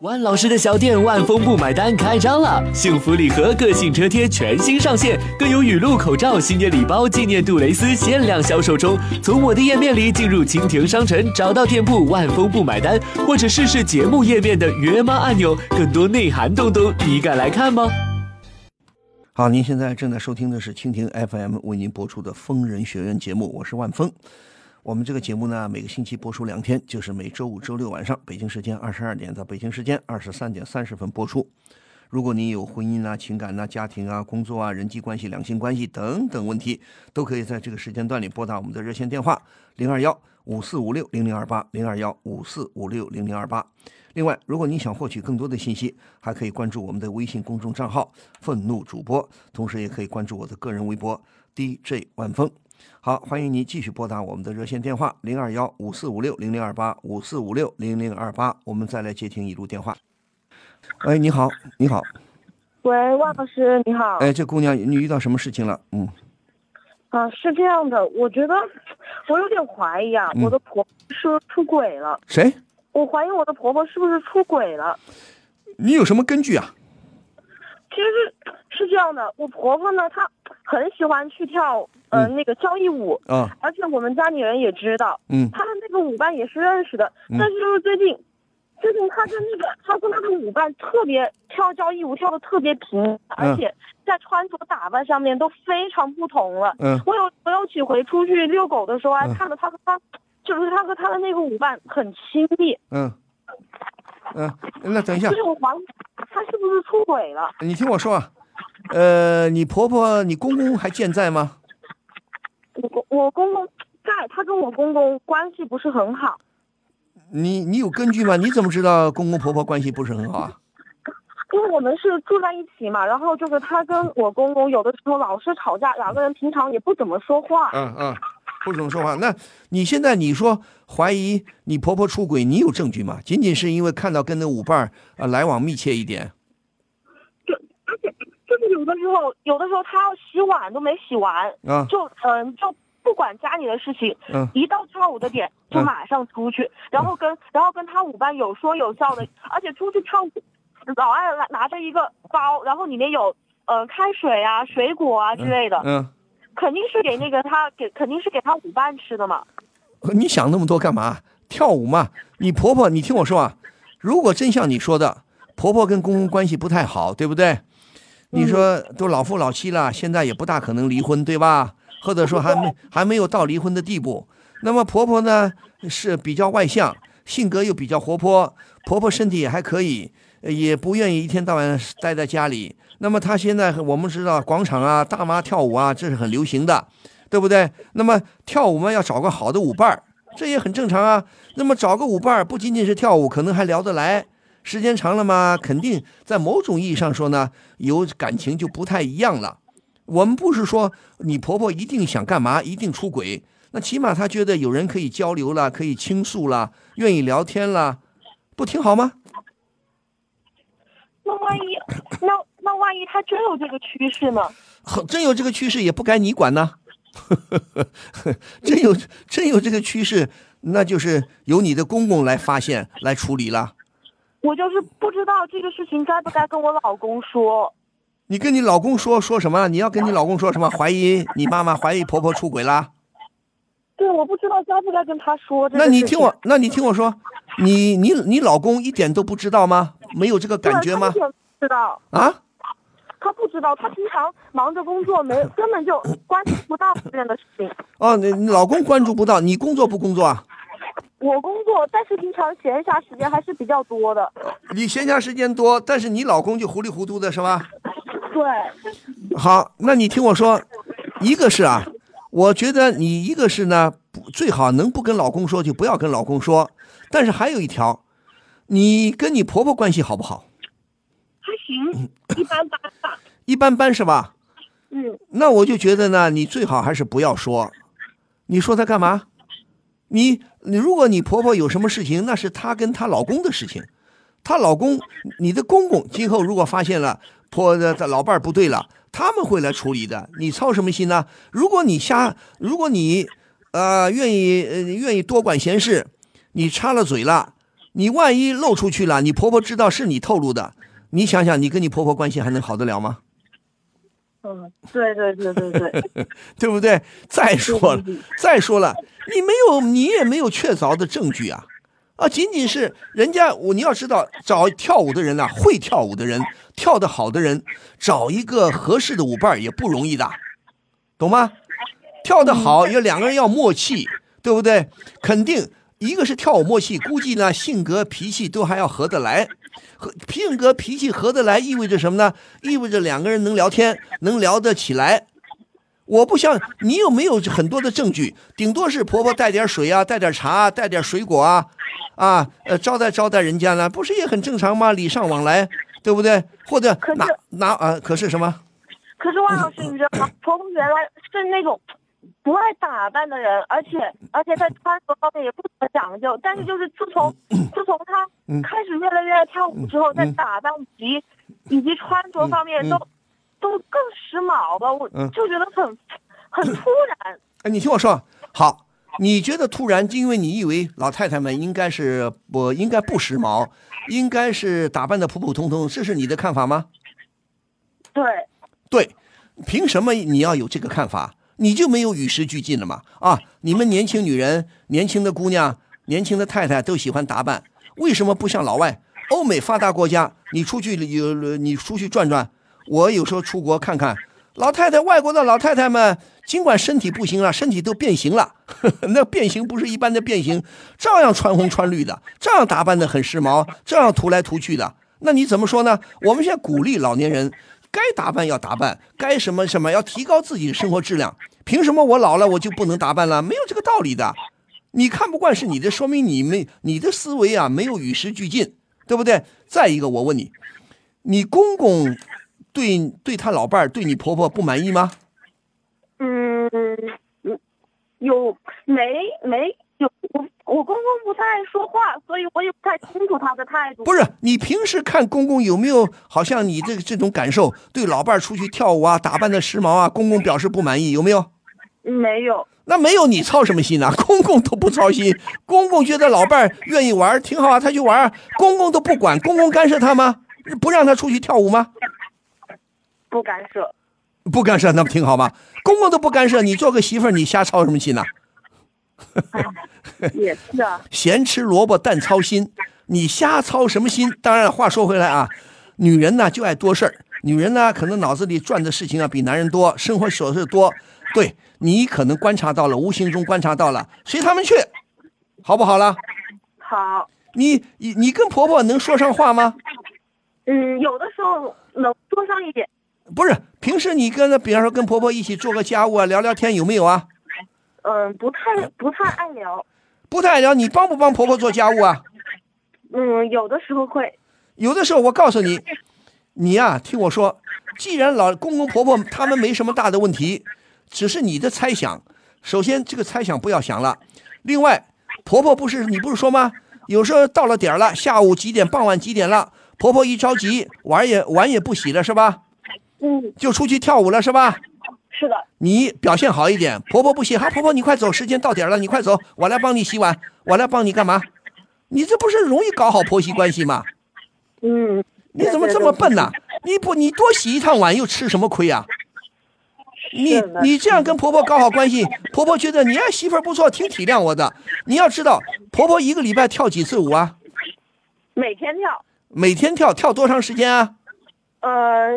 万老师的小店万丰不买单开张了，幸福礼盒、个性车贴全新上线，更有雨露口罩、新年礼包、纪念杜蕾斯限量销售中。从我的页面里进入蜻蜓商城，找到店铺万丰不买单，或者试试节目页面的约妈按钮，更多内涵东东，你敢来看吗？好，您现在正在收听的是蜻蜓 FM 为您播出的《疯人学院》节目，我是万峰。我们这个节目呢，每个星期播出两天，就是每周五、周六晚上，北京时间二十二点到北京时间二十三点三十分播出。如果您有婚姻啊、情感呐、家庭啊、工作啊、人际关系、两性关系等等问题，都可以在这个时间段里拨打我们的热线电话零二幺五四五六零零二八零二幺五四五六零零二八。另外，如果您想获取更多的信息，还可以关注我们的微信公众账号“愤怒主播”，同时也可以关注我的个人微博 “DJ 万峰”。好，欢迎您继续拨打我们的热线电话零二幺五四五六零零二八五四五六零零二八，我们再来接听一路电话。哎，你好，你好，喂，万老师，你好。哎，这姑娘，你遇到什么事情了？嗯，啊，是这样的，我觉得我有点怀疑啊，嗯我的婆婆是不是出轨了？谁？我怀疑我的婆婆是不是出轨了？你有什么根据啊？其实是这样的，我婆婆呢，她很喜欢去跳呃、嗯那个交谊舞，啊，而且我们家里人也知道，嗯她的那个舞伴也是认识的，嗯但是就是最近，最近她跟那个她跟那个舞伴特别跳交谊舞跳的特别嗯频，而且在穿着打扮上面都非常不同了。嗯我有我有几回出去遛狗的时候，还啊嗯看到她和她，就是她和她的那个舞伴很亲密，嗯嗯，那等一下就，是我怀疑她是不是出轨了？你听我说啊，呃，你婆婆、你公公还健在吗？我公我公公在，她跟我公公关系不是很好。你你有根据吗？你怎么知道公公婆婆关系不是很好啊？因为我们是住在一起嘛，然后就是他跟我公公有的时候老是吵架，两个人平常也不怎么说话。嗯嗯，不怎么说话。那你现在你说怀疑你婆婆出轨，你有证据吗？仅仅是因为看到跟那舞伴儿啊来往密切一点，就是有的时候，有的时候他要洗碗都没洗完，啊就嗯、就不管家里的事情，嗯一到跳舞的点就嗯马上出去，然后跟然后跟他舞伴有说有笑的，而且出去跳舞，老爱拿拿着一个包，然后里面有呃开水啊、水果啊之类的，嗯，肯定是给那个他给肯定是给他舞伴吃的嘛。你想那么多干嘛？跳舞嘛。你婆婆，你听我说啊，如果真像你说的，婆婆跟公公关系不太好，对不对？你说都老夫老妻了，现在也不大可能离婚，对吧？或者说还没还没有到离婚的地步。那么婆婆呢是比较外向，性格又比较活泼，婆婆身体也还可以，呃也不愿意一天到晚待在家里。那么她现在我们知道广场啊、大妈跳舞啊，这是很流行的，对不对？那么跳舞嘛，要找个好的舞伴儿，这也很正常啊。那么找个舞伴儿不仅仅是跳舞，可能还聊得来。时间长了嘛，肯定在某种意义上说呢，有感情就不太一样了。我们不是说你婆婆一定想干嘛，一定出轨，那起码她觉得有人可以交流了，可以倾诉了，愿意聊天了，不挺好吗？那万一，那那万一他真有这个趋势呢？呵真有这个趋势也不该你管呐， 真有真有这个趋势，那就是由你的公公来发现来处理了。我就是不知道这个事情该不该跟我老公说。你跟你老公说说什么？你要跟你老公说什么？怀疑你妈妈怀疑婆婆出轨啦？对，我不知道该不该跟他说这个那事情。你听我，那你听我说，你你你老公一点都不知道吗？没有这个对啊感觉吗他一？点不知道，啊，他不知道，他平常忙着工作，没根本就关注不到这件的事情。哦，你你老公关注不到，你工作不工作啊？我工作，但是平常闲暇时间还是比较多的。你闲暇时间多，但是你老公就糊里糊涂的是吧？对，好，那你听我说，一个是啊，我觉得你一个是呢，不最好能不跟老公说就不要跟老公说，但是还有一条，你跟你婆婆关系好不好？还行，一般般吧。一般般是吧？嗯，那我就觉得呢，你最好还是不要说。你说她干嘛？你你如果你婆婆有什么事情，那是她跟她老公的事情。她老公，你的公公，今后如果发现了婆的老伴儿不对了，他们会来处理的。你操什么心呢？如果你瞎，如果你呃愿意呃愿意多管闲事，你插了嘴了，你万一漏出去了，你婆婆知道是你透露的，你想想，你跟你婆婆关系还能好得了吗？嗯，对对对 对对，对不对？再说了对对对，再说了，你没有，你也没有确凿的证据啊，啊，仅仅是人家我，你要知道，找跳舞的人呐、会跳舞的人，跳得好的人，找一个合适的舞伴儿也不容易的，懂吗？跳得好，有两个人要默契，对不对？肯定一个是跳舞默契，估计呢性格脾气都还要合得来，和性格脾气合得来意味着什么呢？意味着两个人能聊天，能聊得起来。我不相信你有没有很多的证据，顶多是婆婆带点水啊，带点茶啊，带点水果啊，啊，呃，招待招待人家呢，不是也很正常吗？礼尚往来，对不对？或者可是拿拿啊、可是什么？可是万老师，你知 道吗？婆婆原来是那种不爱打扮的人，而且嗯而且在穿着方面也不怎么讲究。但是就是自从自从她嗯开始越来越爱跳舞之后，在嗯打扮以及以及穿着方面嗯都都更时髦了，我嗯就觉得很很突然。哎，你听我说，好，你觉得突然，因为你以为老太太们应该是不应该不时髦，应该是打扮的普普通通，这是你的看法吗？对，对，凭什么你要有这个看法？你就没有与时俱进了吗？啊，你们年轻女人、年轻的姑娘、年轻的太太都喜欢打扮，为什么不像老外？欧美发达国家，你出去有你出去转转，我有时候出国看看，老太太，外国的老太太们，尽管身体不行了，身体都变形了， 呵呵那变形不是一般的变形，照样穿红穿绿的，照样打扮的很时髦，照样涂来涂去的。那你怎么说呢？我们现在鼓励老年人，该打扮要打扮，该什么什么要提高自己的生活质量。凭什么我老了我就不能打扮了？没有这个道理的。你看不惯是你的，说明你没你的思维啊没有与时俱进，对不对？再一个，我问你，你公公对对他老伴儿对你婆婆不满意吗？嗯嗯，有没没有我我公公不太爱说话，所以我也不太清楚他的态度。不是，你平时看公公有没有好像你这这种感受？对老伴儿出去跳舞啊，打扮的时髦啊，公公表示不满意，有没有？没有，那没有你操什么心呐、 公公都不操心，公公觉得老伴儿愿意玩儿挺好啊，他去玩儿，公公都不管，公公干涉他吗？不让他出去跳舞吗？不干涉。不干涉，那不挺好吗？公公都不干涉，你做个媳妇儿，你瞎操什么心呐、 也是啊，咸吃萝卜淡操心，你瞎操什么心？当然，话说回来啊，女人呢就爱多事儿，女人呢可能脑子里转的事情啊比男人多，生活琐事多。对你可能观察到了，无形中观察到了，随他们去，好不好啦？好，你你你跟婆婆能说上话吗？嗯，有的时候能多上一点，不是，平时你跟比方说跟婆婆一起做个家务啊，聊聊天有没有啊？嗯，不太不太爱聊，不太聊，你帮不帮婆婆做家务啊？嗯，有的时候会，有的时候我告诉你，你呀、听我说，既然老公公婆婆他们没什么大的问题，只是你的猜想。首先，这个猜想不要想了。另外，婆婆不是你不是说吗？有时候到了点儿了，下午几点，傍晚几点了，婆婆一着急，碗也碗也不洗了是吧？嗯，就出去跳舞了是吧？是的，你表现好一点，婆婆不洗，好，婆婆你快走，时间到点儿了，你快走，我来帮你洗碗，我来帮你干嘛？你这不是容易搞好婆媳关系吗？嗯，你怎么这么笨呢、你不，你多洗一趟碗又吃什么亏啊？你是的你这样跟婆婆搞好关系，婆婆觉得你哎媳妇儿不错，挺体谅我的。你要知道，婆婆一个礼拜跳几次舞啊？每天跳，每天跳跳多长时间啊？呃，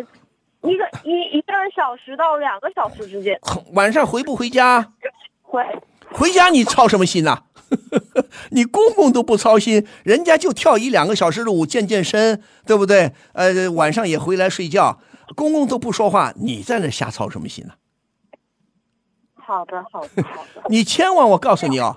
一个一一个小时到两个小时之间晚上回不回家啊？会，回家你操什么心呐、 你公公都不操心，人家就跳一两个小时的舞，健健身，对不对？呃，晚上也回来睡觉，公公都不说话，你在那瞎操什么心呢、好的，好的，好的，你千万，我告诉你哦，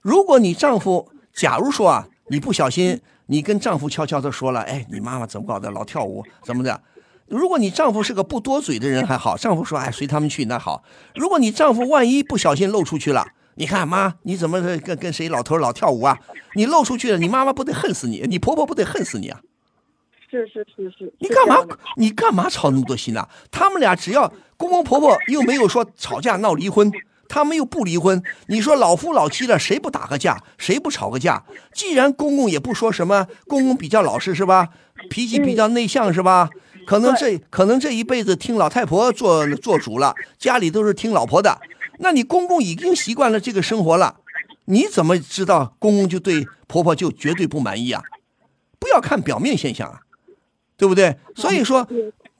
如果你丈夫，假如说啊，你不小心，你跟丈夫悄悄的说了，哎，你妈妈怎么搞的，老跳舞怎么的？如果你丈夫是个不多嘴的人还好，丈夫说哎随他们去那好。如果你丈夫万一不小心露出去了，你看妈你怎么跟跟谁老头老跳舞啊？你露出去了，你妈妈不得恨死你，你婆婆不得恨死你啊？是是是是，你是干这嘛样的？你啊干嘛操那么多心呢、他们俩只要公公婆婆又没有说吵架闹离婚，他们又不离婚。你说老夫老妻了，谁不打个架，谁不吵个架？既然公公也不说什么，公公比较老实是吧？脾气比较内向是吧？可能这可能这一辈子听老太婆做做主了，家里都是听老婆的。那你公公已经习惯了这个生活了，你怎么知道公公就对婆婆就绝对不满意啊？不要看表面现象啊，对不对？所以说，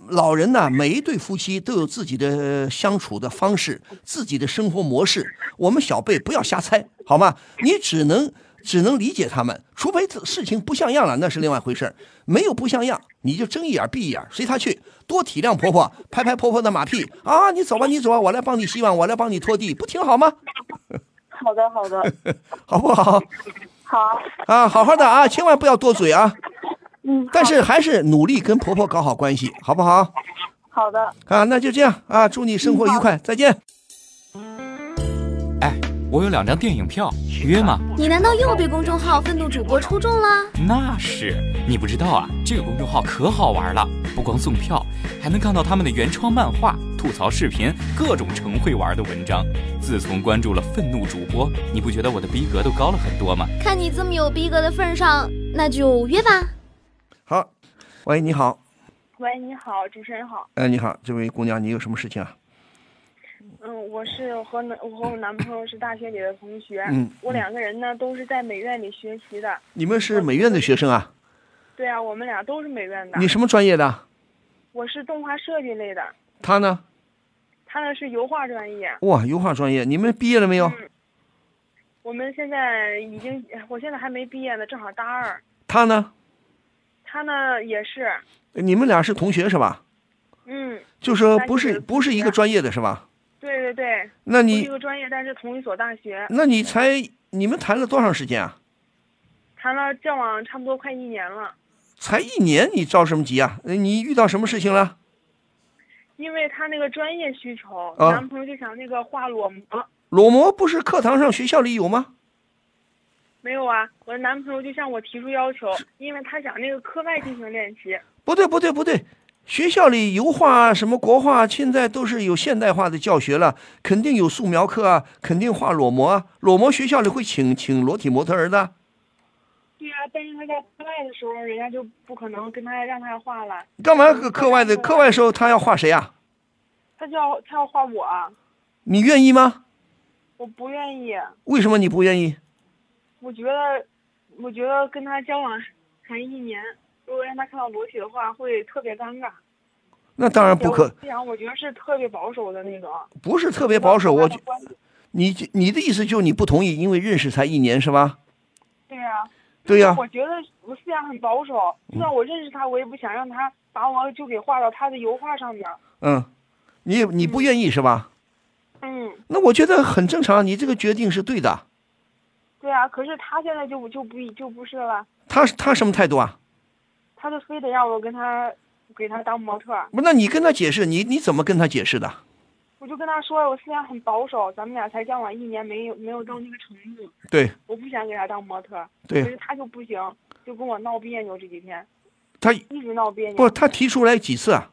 老人呐，每一对夫妻都有自己的相处的方式，自己的生活模式。我们小辈不要瞎猜，好吗？你只能只能理解他们，除非事情不像样了，那是另外回事儿。没有不像样，你就睁一眼闭一眼，随他去，多体谅婆婆，拍拍婆婆的马屁啊！你走吧，你走吧，我来帮你洗碗，我来帮你拖地，不挺好吗？好的，好的，好不好？好，啊，好好的啊，千万不要多嘴啊！嗯，但是还是努力跟婆婆搞好关系，好不好？好的，啊，那就这样啊，祝你生活愉快，再见。哎，我有两张电影票，约吗？你难道又被公众号“愤怒主播”抽中了？那是，你不知道啊，这个公众号可好玩了，不光送票，还能看到他们的原创漫画、吐槽视频、各种成会玩的文章。自从关注了愤怒主播，你不觉得我的逼格都高了很多吗？看你这么有逼格的份上，那就约吧。好，喂，你好，喂，你好，主持人好。哎、你好，这位姑娘，你有什么事情啊？嗯，我是我和男我和我男朋友是大学里的同学，嗯我两个人呢都是在美院里学习的。你们是美院的学生啊？对啊，我们俩都是美院的。你什么专业的？我是动画设计类的，他呢？他呢是油画专业。哇，油画专业，你们毕业了没有？我们现在已经，我现在还没毕业呢，正好大二。他呢？他呢也是，你们俩是同学是吧？嗯，就说大学不是的同不是一个学专业的是吧？对对对，那不是一你个专业，但是同一所大学，那你才你们谈了多长时间啊？谈了交往差不多快一年了。才一年，你着什么急啊？呃你遇到什么事情了？因为他那个专业需求，啊男朋友就想那个画裸模。裸模不是课堂上、学校里有吗？没有啊，我的男朋友就向我提出要求，因为他想那个课外进行练习。不对，不对，不对，学校里油画、啊什么国画，现在都是有现代化的教学了，肯定有素描课啊，肯定画裸模啊。裸模学校里会请请裸体模特儿的，对呀、但是他在课外的时候，人家就不可能跟他让他画了，干嘛课课外的课外时候他要画谁啊？他就要他要画我，你愿意吗？我不愿意。为什么你不愿意？我觉得，我觉得跟他交往才一年，如果让他看到裸体的话，会特别尴尬。那当然不可，这样我觉得是特别保守的那种。不是特别保守。我跟他的关系你你的意思就是你不同意，因为认识才一年是吧？对呀、对呀、我觉得我思想很保守，就算我认识他，我也不想让他把我就给画到他的油画上面。嗯，你也你不愿意是吧？嗯。那我觉得很正常，你这个决定是对的。对啊，可是他现在就不就不就不是了，他他什么态度啊？他就非得让我跟他给他当模特儿，不，那你跟他解释，你你怎么跟他解释的？我就跟他说我思想很保守，咱们俩才交往一年，没有没有到那个程度，对我不想给他当模特儿。可对，是他就不行，就跟我闹别扭，这几天他一直闹别不，扭，他提出来几次啊？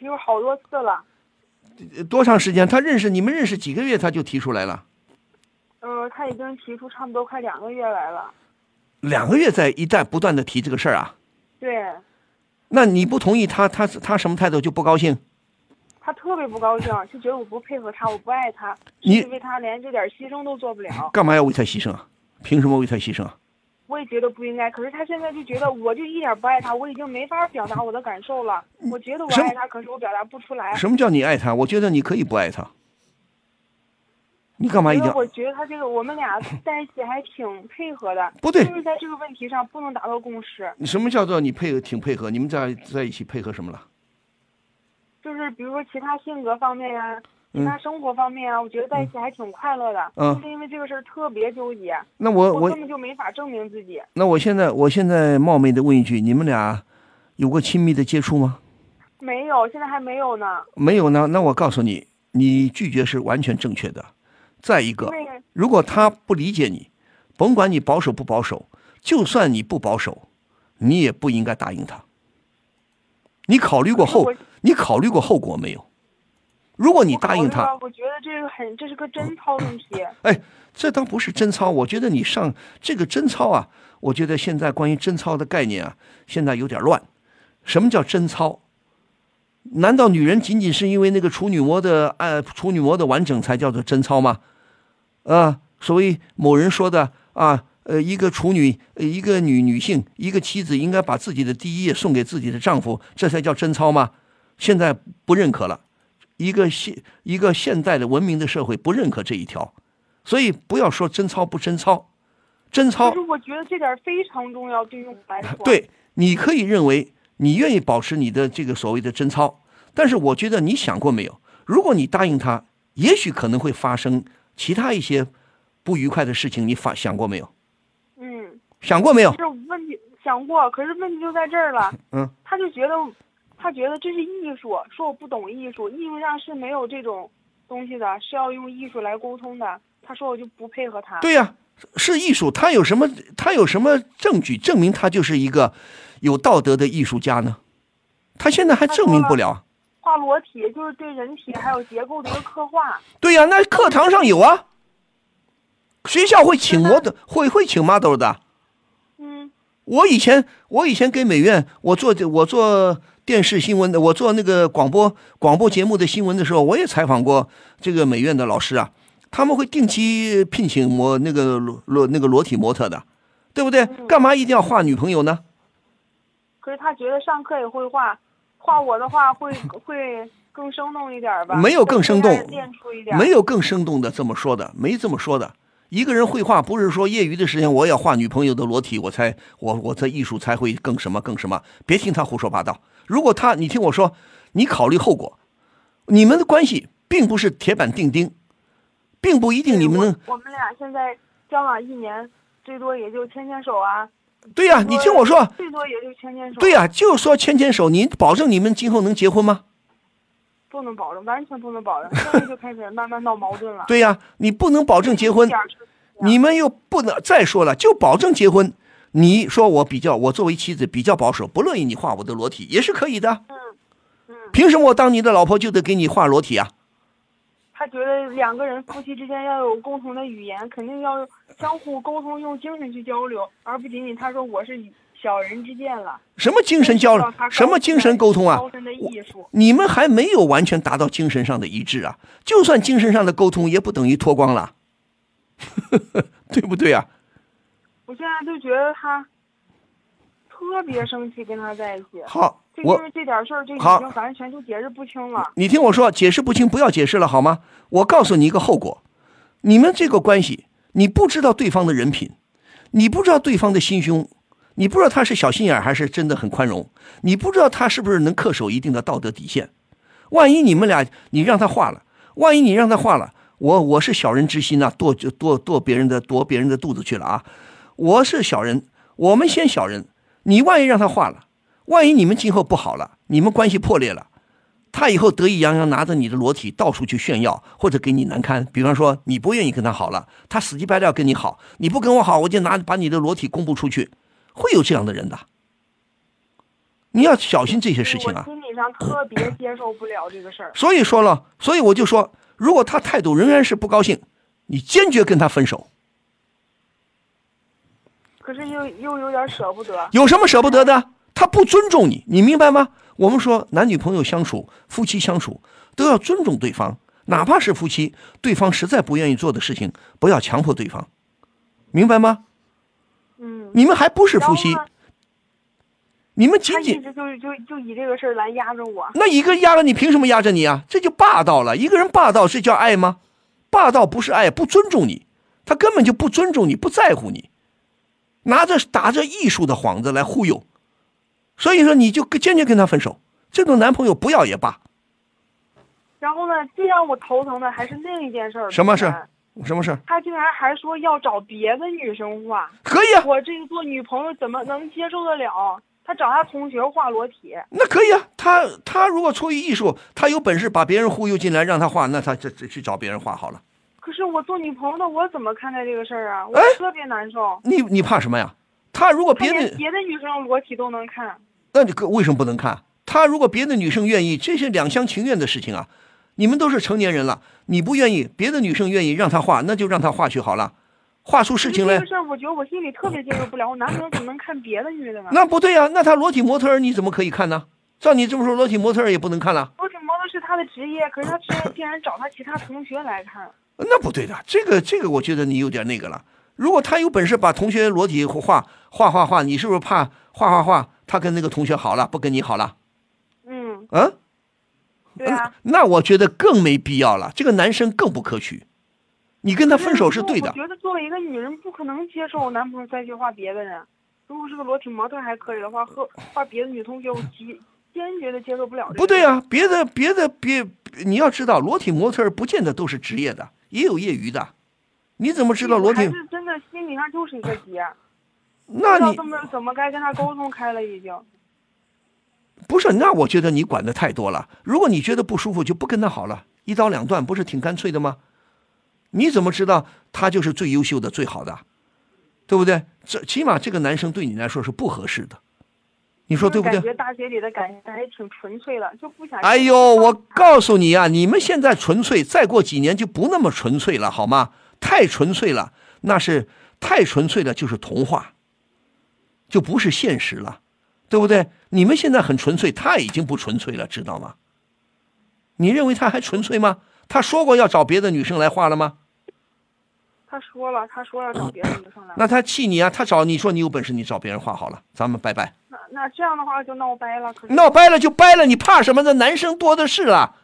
提出好多次了。呃多长时间？他认识你们认识几个月，他就提出来了，嗯、他已经提出差不多快两个月来了。两个月在一旦不断的提这个事儿啊。对那你不同意他，他他什么态度就不高兴？他特别不高兴，就觉得我不配合他，我不爱他，你为他连这点儿牺牲都做不了。干嘛要为他牺牲啊？凭什么为他牺牲啊？我也觉得不应该，可是他现在就觉得我就一点不爱他，我已经没法表达我的感受了。嗯我觉得我什么爱他，可是我表达不出来。什么叫你爱他？我觉得你可以不爱他。你干嘛一因定为要？我觉得他这个我们俩在一起还挺配合的，不对就是在这个问题上不能达到共识。你什么叫做你配合挺配合？你们在在一起配合什么了？就是比如说其他性格方面呀、嗯其他生活方面啊，我觉得在一起还挺快乐的。嗯就是因为这个事儿特别纠结，那我我我根本就没法证明自己。那我现在我现在冒昧的问一句，你们俩有过亲密的接触吗？没有，现在还没有呢。没有呢，那我告诉你，你拒绝是完全正确的。再一个那，个如果他不理解你，甭管你保守不保守，就算你不保守，你也不应该答应他。你考虑过后我，你考虑过后果没有？如果你我考答应虑他，嗯了我觉得这个很，这是个贞操问题。哎，这倒不是贞操，我觉得你上这个贞操啊，我觉得现在关于贞操的概念啊，现在有点乱。什么叫贞操？难道女人仅仅是因为那个处女膜的呃处女膜的完整才叫做贞操吗？啊，所谓某人说的啊，呃，一个处女，呃一个女女性，一个妻子应该把自己的第一页送给自己的丈夫，这才叫贞操吗？现在不认可了，一个现一个现代的文明的社会不认可这一条，所以不要说贞操不贞操，贞可操是我觉得这点非常重要，对于我来说。，对，你可以认为你愿意保持你的这个所谓的贞操，但是我觉得你想过没有？如果你答应他，也许可能会发生其他一些不愉快的事情，你反想过没有？嗯。想过没有这？种问题想过，可是问题就在这儿了。 嗯，他就觉得，他觉得这是艺术，说我不懂艺术，艺术上是没有这种东西的，是要用艺术来沟通的。他说我就不配合他。，对呀、是艺术，他有什么他有什么证据证明他就是一个有道德的艺术家呢？他现在还证明不了。啊画裸体就是对人体还有结构的一个刻画。对呀、那课堂上有啊，学校会请模特，会会请 model 的。嗯，我以前我以前给美院，我做我做电视新闻的，我做那个广播广播节目的新闻的时候，我也采访过这个美院的老师啊，他们会定期聘请模那个裸裸那个裸体模特的，对不对？干嘛一定要画女朋友呢？可是他觉得上课也会画，画我的话会会更生动一点儿吧？没有更生动再练出一点儿。没有更生动的这么说的，没这么说的。一个人绘画不是说业余的时间我也要画女朋友的裸体，我才我我这艺术才会更什么更什么。别听他胡说八道。如果他，你听我说，你考虑后果。你们的关系并不是铁板钉钉，并不一定你们能我我们俩现在交往一年，最多也就牵牵手啊。对呀、你听我说，最多也就牵牵手。对呀、就说牵牵手，你保证你们今后能结婚吗？不能保证，完全不能保证，现在就开始慢慢闹矛盾了。对呀、你不能保证结婚一，点儿就是你们又不能再说了，就保证结婚。你说我比较，我作为妻子比较保守，不乐意你画我的裸体也是可以的。凭什么我当你的老婆就得给你画裸体啊？他觉得两个人夫妻之间要有共同的语言，肯定要相互沟通，用精神去交流，而不仅仅他说我是小人之见了。什么精神交流需要他高，哦什么精神沟通啊高？深的艺术，你们还没有完全达到精神上的一致啊！就算精神上的沟通，也不等于脱光了， 对不对啊？我现在就觉得他特别生气，跟他在一起，好，就因我为这点事儿就已好嗯经完全就解释不清了。你听我说，解释不清不要解释了好吗？我告诉你一个后果，你们这个关系，你不知道对方的人品，你不知道对方的心胸，你不知道他是小心眼儿还是真的很宽容，你不知道他是不是能恪守一定的道德底线。万一你们俩你让他画了，万一你让他画了，我我是小人之心呐、剁就剁剁别人的夺别人的肚子去了啊！我是小人，我们先小人，你万一让他画了，万一你们今后不好了，你们关系破裂了。他以后得意洋洋拿着你的裸体到处去炫耀，或者给你难堪。比方说，你不愿意跟他好了，他死乞白赖跟你好，你不跟我好，我就拿把你的裸体公布出去，会有这样的人的。你要小心这些事情啊我！心理上特别接受不了这个事儿。所以说了，所以我就说，如果他态度仍然是不高兴，你坚决跟他分手，可是又又有点舍不得。有什么舍不得的？他不尊重你，你明白吗？我们说男女朋友相处、夫妻相处都要尊重对方，哪怕是夫妻，对方实在不愿意做的事情，不要强迫对方，明白吗？嗯，你们还不是然夫后妻呢，你们啊仅他一仅直就就就以这个事儿来压着我。那一个压着你，凭什么压着你啊？这就霸道了。一个人霸道，这叫爱吗？霸道不是爱，不尊重你，他根本就不尊重你，不在乎你，拿着打着艺术的幌子来忽悠。所以说，你就坚决跟他分手。这种男朋友不要也罢。然后呢，最让我头疼的还是另一件事儿。什么事竟然什么事儿？他竟然还说要找别的女生画，可以啊，我这个做女朋友怎么能接受得了？他找他同学画裸体，那可以啊。他他如果出于艺术，他有本事把别人忽悠进来，让他画，那他这这去找别人画好了。可是我做女朋友的，我怎么看待这个事儿啊？我哎特别难受。你你怕什么呀？他如果他别连的别的女生裸体都能看，那你可为什么不能看？他如果别的女生愿意，这是两厢情愿的事情啊。你们都是成年人了，你不愿意，别的女生愿意让他画，那就让他画去好了，画出事这情来个。事儿，我觉得我心里特别接受不了。我男朋友怎么能看别的女的呢？那不对呀、啊那他裸体模特儿你怎么可以看呢？照你这么说，裸体模特儿也不能看了。我只摸的是他的职业，可是他竟然竟然找他其他同学来看。那不对的，这个这个，我觉得你有点那个了。如果他有本事把同学裸体画画画画，你是不是怕画画画他跟那个同学好了，不跟你好了？嗯，嗯，对啊。那我觉得更没必要了。这个男生更不可取，你跟他分手是对的我。觉得作啊为一个女人，不可能接受我男朋友再去画别的人。如果是个裸体模特还可以的话，和画别的女同学，我极坚决的接受不了。不对、啊，别的别的别，你要知道，裸体模特儿不见得都是职业的，也有业余的。你怎么知道裸还体？是真的心理上就是一个结，啊不那知道你这么怎么该跟他沟通开了已经。不是？那我觉得你管的太多了。如果你觉得不舒服，就不跟他好了，一刀两断，不是挺干脆的吗？你怎么知道他就是最优秀的、最好的，对不对？这起码这个男生对你来说是不合适的，你说对不就是对感？觉大学里的感情还挺纯粹的，就不想。哎呦，我告诉你啊，你们现在纯粹，再过几年就不那么纯粹了，好吗？太纯粹了，那是太纯粹了，就是童话，就不是现实了，对不对？你们现在很纯粹，他已经不纯粹了，知道吗？你认为他还纯粹吗？他说过要找别的女生来画了吗？他说了，他说要找别的女生来。那他气你啊，他找你说你有本事，你找别人画好了，咱们拜拜。那那这样的话就闹掰了。可是闹掰了就掰了，你怕什么呢？男生多的是啊！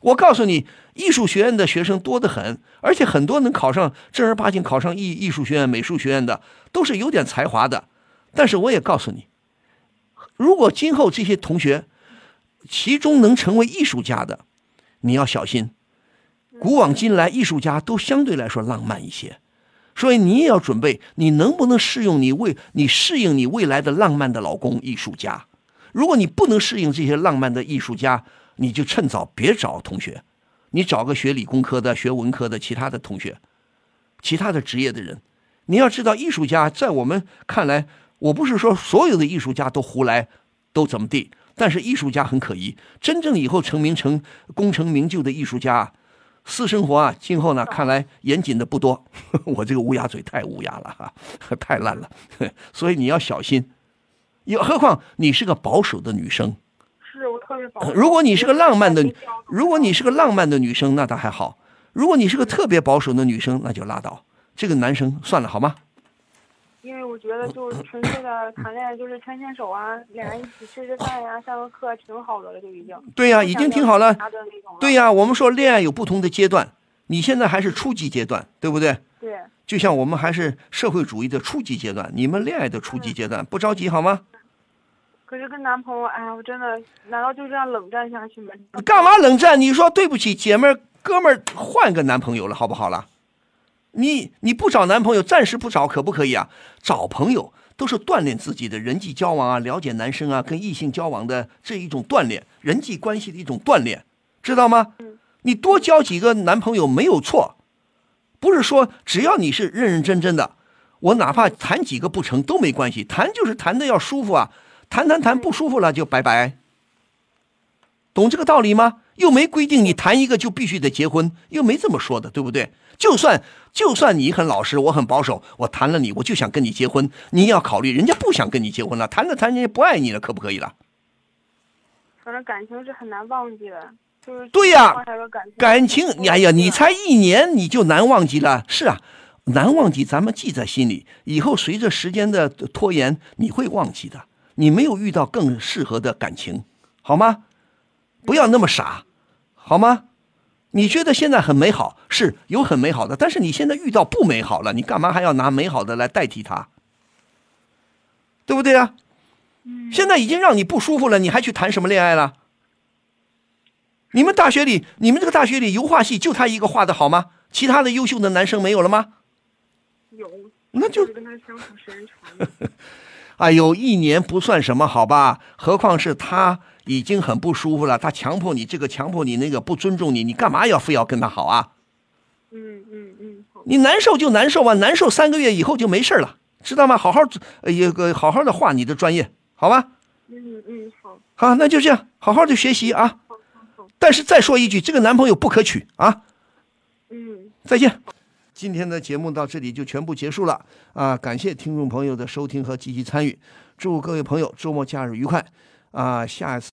我告诉你，艺术学院的学生多得很，而且很多能考上正儿八经考上艺艺术学院、美术学院的，都是有点才华的。但是我也告诉你，如果今后这些同学其中能成为艺术家的，你要小心。古往今来，艺术家都相对来说浪漫一些，所以你也要准备，你能不能适用你未你适应你未来的浪漫的老公艺术家？如果你不能适应这些浪漫的艺术家，你就趁早别找同学，你找个学理工科的、学文科的、其他的同学，其他的职业的人。你要知道，艺术家在我们看来，我不是说所有的艺术家都胡来，都怎么地，但是艺术家很可疑。真正以后成名成功成名就的艺术家啊，私生活啊，今后呢看来严谨的不多。 我这个乌鸦嘴太乌鸦了哈，太烂了， 所以你要小心。也何况你是个保守的女生，是我特别保守。呃如果你是个浪漫的我特别保守，如果你是个浪漫的女生，那倒还好；如果你是个特别保守的女生，那就拉倒。这个男生算了好吗？因为我觉得嗯就是纯粹的谈恋爱，就是牵牵手啊，俩人一起吃吃饭呀、下个课挺好的了，就已经。对呀、啊已经挺好了不。想要其他的那种了对、呀、我们说恋爱有不同的阶段，你现在还是初级阶段，对不对？对，就像我们还是社会主义的初级阶段，你们恋爱的初级阶段，不着急好吗？可是跟男朋友，哎呀，我真的，难道就这样冷战下去吗？干嘛冷战？你说对不起，姐妹儿、哥们儿，换个男朋友了，好不好啦？你你不找男朋友，暂时不找，可不可以啊？找朋友都是锻炼自己的人际交往啊，了解男生啊，跟异性交往的这一种锻炼，人际关系的一种锻炼，知道吗？你多交几个男朋友没有错，不是说只要你是认认真真的，我哪怕谈几个不成都没关系，谈就是谈的要舒服啊，谈谈谈不舒服了就拜拜。懂这个道理吗？又没规定你谈一个就必须得结婚，又没这么说的，对不对？就算就算你很老实，我很保守，我谈了你，我就想跟你结婚，你也要考虑人家不想跟你结婚了，谈着谈着人家不爱你了，可不可以了？反正感情是很难忘记的，就是对呀放下个感情，感情，哎啊呀，你才一年你就难忘记了，是啊，难忘记咱们记在心里，以后随着时间的拖延，你会忘记的。你没有遇到更适合的感情，好吗？不要那么傻，好吗？你觉得现在很美好，是有很美好的，但是你现在遇到不美好了，你干嘛还要拿美好的来代替它？对不对啊？现在已经让你不舒服了，你还去谈什么恋爱了？你们大学里，你们这个大学里油画系就他一个画的好吗？其他的优秀的男生没有了吗？有，那就就是跟他相处时间长了，哎呦，一年不算什么，好吧？何况是他已经很不舒服了，他强迫你这个，强迫你那个，不尊重你，你干嘛要非要跟他好啊？嗯嗯嗯，好，你难受就难受吧，难受三个月以后就没事了，知道吗？好好呃也个好好的画你的专业，好吧？嗯嗯好，好，那就这样，好好的学习啊。但是再说一句，这个男朋友不可取啊。嗯。再见。今天的节目到这里就全部结束了啊！感谢听众朋友的收听和积极参与，祝各位朋友周末假日愉快啊！下一次。